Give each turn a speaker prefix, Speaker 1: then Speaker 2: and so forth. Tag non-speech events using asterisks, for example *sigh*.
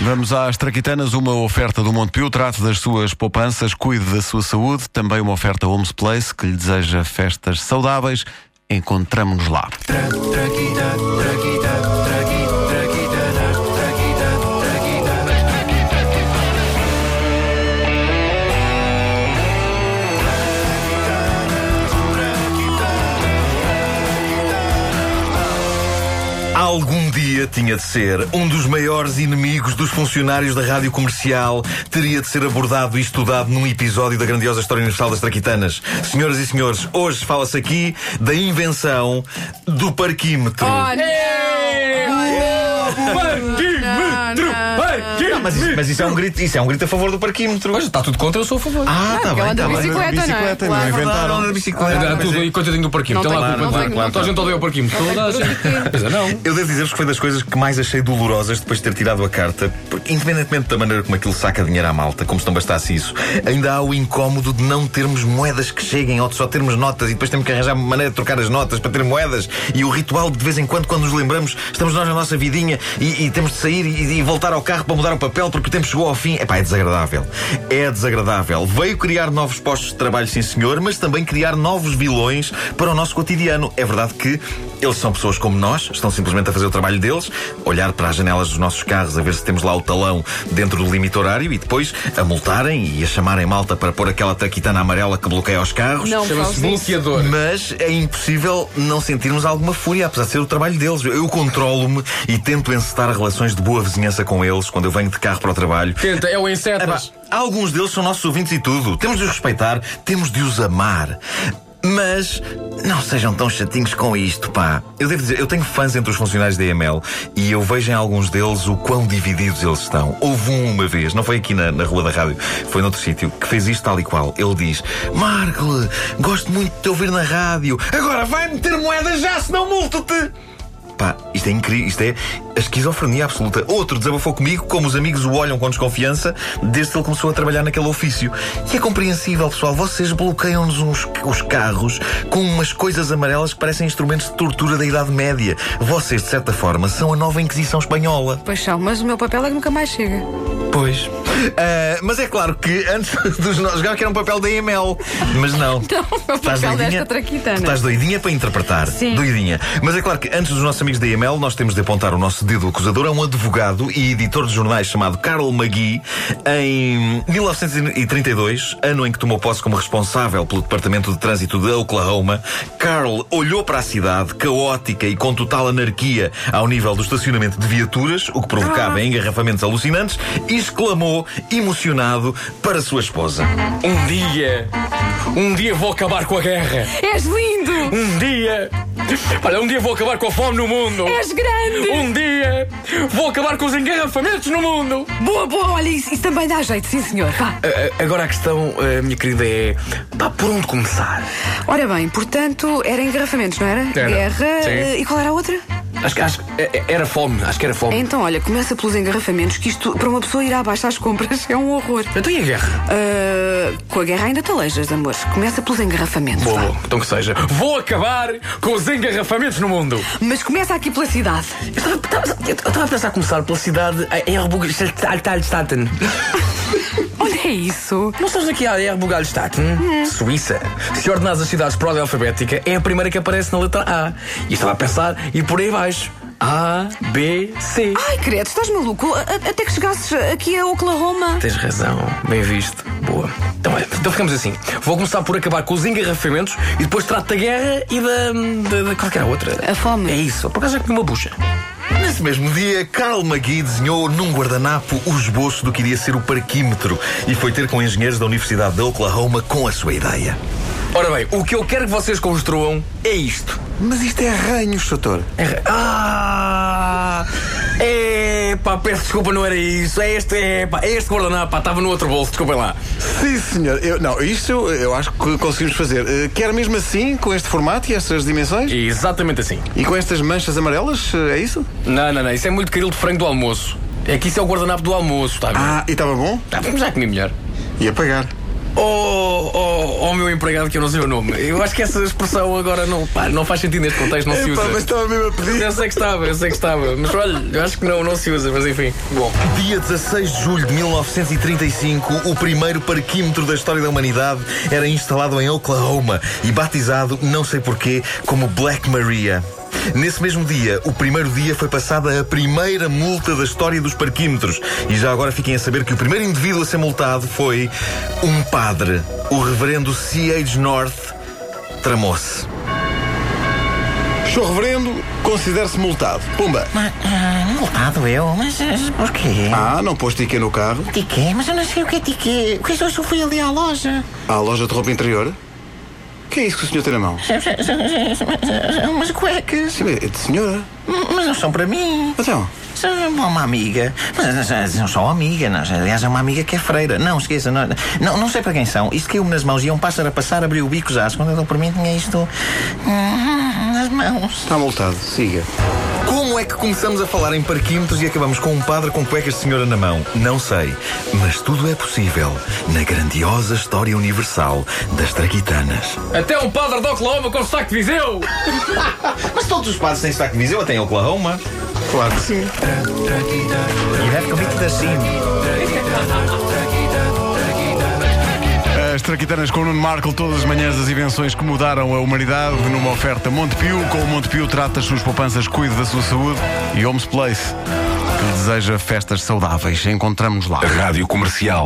Speaker 1: Vamos às Traquitanas, uma oferta do Montepio, trate das suas poupanças, cuide da sua saúde, também uma oferta Homes Place que lhe deseja festas saudáveis. Encontramos-nos lá.
Speaker 2: Algum dia tinha de ser. Um dos maiores inimigos dos funcionários da rádio comercial teria de ser abordado e estudado num episódio da grandiosa história universal das Traquitanas. Senhoras e senhores, hoje fala-se aqui da invenção do parquímetro.
Speaker 3: Oh, não!
Speaker 4: Parquímetro!
Speaker 2: Não, mas, isso, mas isso é um grito, isso é um grito a favor do parquímetro.
Speaker 4: Mas está tudo contra, eu sou a favor.
Speaker 2: Ah, tá
Speaker 3: porque ela
Speaker 2: bem, tá
Speaker 3: anda de
Speaker 2: bem.
Speaker 3: bicicleta,
Speaker 1: Bicicleta,
Speaker 3: não
Speaker 1: não
Speaker 3: é?
Speaker 1: é?
Speaker 3: Claro.
Speaker 2: Inventaram na bicicleta.
Speaker 4: Era
Speaker 2: mas
Speaker 4: tudo
Speaker 2: é-
Speaker 4: e coitadinho do parquímetro.
Speaker 3: Não
Speaker 4: Tem
Speaker 3: tem-
Speaker 4: lá a culpa,
Speaker 3: não
Speaker 4: claro,
Speaker 3: tem-
Speaker 4: claro.
Speaker 3: não
Speaker 4: Toda a
Speaker 3: tem-
Speaker 4: gente odeia o parquímetro.
Speaker 3: não tem
Speaker 4: Toda a
Speaker 3: culpa.
Speaker 4: gente. Pois é, não.
Speaker 2: Eu devo dizer-vos que foi das coisas que mais achei dolorosas depois de ter tirado a carta, porque, independentemente da maneira como aquilo saca dinheiro à malta, como se não bastasse isso, ainda há o incómodo de não termos moedas que cheguem ou de só termos notas e depois temos que arranjar maneira de trocar as notas para ter moedas e o ritual de de vez em quando, quando nos lembramos, estamos nós na nossa vidinha e, e temos de sair e, e voltar ao carro para mudar o papel porque o tempo chegou ao fim. Epá, é desagradável. É desagradável. Veio criar novos postos de trabalho, sim senhor, mas também criar novos vilões para o nosso cotidiano. É verdade que eles são pessoas como nós, estão simplesmente a fazer o trabalho deles, olhar para as janelas dos nossos carros a ver se temos lá o talão dentro do limite horário e depois a multarem e a chamarem malta para pôr aquela traquitana amarela que bloqueia os carros.
Speaker 3: Não assim.
Speaker 4: Chama-se
Speaker 3: fales isso.
Speaker 4: bloqueador.
Speaker 2: Mas é impossível não sentirmos alguma fúria, apesar de ser o trabalho deles. Eu controlo-me e tento encetar relações de boa vizinhança com eles quando eu venho de carro para o trabalho.
Speaker 4: Tenta, é o insetas.
Speaker 2: Epá, alguns deles são nossos ouvintes e tudo. Temos de os respeitar, temos de os amar. Mas não sejam tão chatinhos com isto, pá. Eu devo dizer, eu tenho fãs entre os funcionários da EML e eu vejo em alguns deles o quão divididos eles estão. Houve um uma vez, não foi aqui na, na Rua da Rádio, foi noutro sítio, que fez isto tal e qual. Ele diz: Marco, gosto muito de te ouvir na rádio. Agora vai meter moedas já, senão multo-te! Pá, isto é incrível, isto é a esquizofrenia absoluta. Outro desabafou comigo como os amigos o olham com desconfiança desde que ele começou a trabalhar naquele ofício. E é compreensível, pessoal, vocês bloqueiam-nos uns- os carros com umas coisas amarelas que parecem instrumentos de tortura da Idade Média. Vocês, de certa forma, são a nova Inquisição Espanhola.
Speaker 3: Paixão, mas o meu papel é que nunca mais chega.
Speaker 2: Pois. mas é claro que antes *laughs* dos nós jogavam que era um papel da EML. Mas não.
Speaker 3: *laughs* Não, é o
Speaker 2: Estás
Speaker 3: papel
Speaker 2: doidinha?
Speaker 3: desta traquitana.
Speaker 2: Tu Estás doidinha para interpretar.
Speaker 3: Sim.
Speaker 2: Doidinha. Mas é claro que antes dos nossos amigos da EML, nós temos de apontar o nosso dedo acusador a um advogado e editor de jornais chamado Carl Magui, em 1932, ano em que tomou posse como responsável pelo Departamento de Trânsito de Oklahoma. Carl olhou para a cidade, caótica e com total anarquia ao nível do estacionamento de viaturas, o que provocava engarrafamentos alucinantes, e exclamou, emocionado, para a sua esposa.
Speaker 4: Um dia. Um dia vou acabar com a guerra.
Speaker 3: És lindo!
Speaker 4: Um dia. Olha, um dia vou acabar com a fome no mundo.
Speaker 3: És grande!
Speaker 4: Um dia vou acabar com os engarrafamentos no mundo.
Speaker 3: Boa, boa, olha, isso, isso também dá jeito, sim senhor. Vá.
Speaker 5: A- Agora a questão, eh, minha querida, é pá, por onde começar?
Speaker 3: Ora bem, portanto, era engarrafamentos, não era?
Speaker 4: Era.
Speaker 3: Guerra.
Speaker 4: Sim.
Speaker 3: eh, E qual era a outra?
Speaker 5: Acho, que- acho que eh, eh, era fome, acho que era fome.
Speaker 3: Então, olha, começa pelos engarrafamentos, que isto, para uma pessoa ir abaixo às compras, *laughs* é um horror.
Speaker 5: Então e a guerra?
Speaker 3: Ah, com a guerra ainda talejas, amor. Começa pelos engarrafamentos.
Speaker 5: Boa,
Speaker 3: vá.
Speaker 5: boa, então que seja.
Speaker 4: Vou acabar com os engarrafamentos no mundo.
Speaker 3: Mas começa aqui pela cidade.
Speaker 5: Eu estava- estava- Eu estava a pensar começar pela cidade Erbugalstaten.
Speaker 3: Olha isso.
Speaker 5: Não sabes aqui a Erbugalstaten? Hum. Suíça. Se ordenares as cidades por ordem alfabética, é a primeira que aparece na letra A. E estava a pensar e por aí baixo. A, B, C.
Speaker 3: Ai, credo, estás maluco? A- a- até que chegasses aqui a Oklahoma.
Speaker 5: Tens razão, bem visto. Boa. Então, olha, então ficamos assim. Vou começar por acabar com os engarrafamentos e depois trato da guerra e da. da, da qualquer outra.
Speaker 3: A fome.
Speaker 5: É isso, por acaso já comi uma bucha.
Speaker 2: Nesse mesmo dia, Carl Magui desenhou num guardanapo o esboço do que iria ser o parquímetro e foi ter com engenheiros da Universidade de Oklahoma com a sua ideia.
Speaker 5: Ora bem, o que eu quero que vocês construam é isto.
Speaker 6: Mas isto é arranhos, doutor.
Speaker 5: É- Ah! É, pá, peço desculpa, não era isso. É este, é, pá, é este guardanapo, pá, estava no outro bolso, desculpem lá.
Speaker 6: Sim, senhor. Eu, não, isto eu, eu acho que conseguimos fazer. Eh, Quer mesmo assim, com este formato e estas dimensões?
Speaker 5: Exatamente assim.
Speaker 6: E com estas manchas amarelas, eh, é isso?
Speaker 5: Não, não, não, isso é muito caril de frango do almoço. É que isso é o guardanapo do almoço, está a ver?
Speaker 6: Ah, e estava bom?
Speaker 5: Tá, vamos já comi melhor.
Speaker 6: E apagar.
Speaker 5: ou, ou, ou ao meu empregado que eu não sei o nome. Eu acho que essa expressão agora não, pá, não faz sentido neste contexto, não se usa.
Speaker 6: Epá, mas estava mesmo a pedir.
Speaker 5: Eu sei que estava, eu sei que estava. Mas olha, eu acho que não, não se usa, mas enfim. Bom.
Speaker 2: Dia 16 de julho de 1935, o primeiro parquímetro da história da humanidade era instalado em Oklahoma e batizado, não sei porquê, como Black Maria. Nesse mesmo dia, o primeiro dia, foi passada a primeira multa da história dos parquímetros. E já agora fiquem a saber que o primeiro indivíduo a ser multado foi um padre, o reverendo C.H. North. Tramou-se.
Speaker 6: Sou reverendo, considero-se multado. Pumba.
Speaker 7: eh, Multado eu? Mas, mas porquê?
Speaker 6: Ah, não pôs ticket no carro.
Speaker 7: Tiquê? Mas eu não sei o que é tiquê. Porque hoje eu fui ali à loja.
Speaker 6: À loja de roupa interior. Que é isso que o senhor tem na mão?
Speaker 7: São- são- são- são- são- são Umas cuecas.
Speaker 6: Sim, mas é de senhora.
Speaker 7: Mas não são para mim.
Speaker 6: Então,
Speaker 7: São para uma amiga. Mas mas não são amiga, não. Aliás, é uma amiga que é freira. Não, esqueça. Não, não, não sei para quem são. Isto caiu-me nas mãos. E um pássaro a passar abriu o bico já. Quando eu dou por mim, tinha isto hum, nas mãos.
Speaker 6: está multado. Siga.
Speaker 2: Como é que começamos a falar em parquímetros e acabamos com um padre com cuecas de senhora na mão? Não sei, mas tudo é possível na grandiosa história universal das traquitanas.
Speaker 4: Até um padre de Oklahoma com sotaque de Viseu!
Speaker 2: Mas todos os padres têm sotaque de Viseu, até em Oklahoma.
Speaker 6: Claro que sim.
Speaker 2: You have committed a sin.
Speaker 1: As traquitanas com o Nuno Marco, todas as manhãs as invenções que mudaram a humanidade numa oferta Montepio. Com o Montepio trata as suas poupanças, cuide da sua saúde e Homes Place, que lhe deseja festas saudáveis. Encontramos lá.
Speaker 8: Rádio Comercial.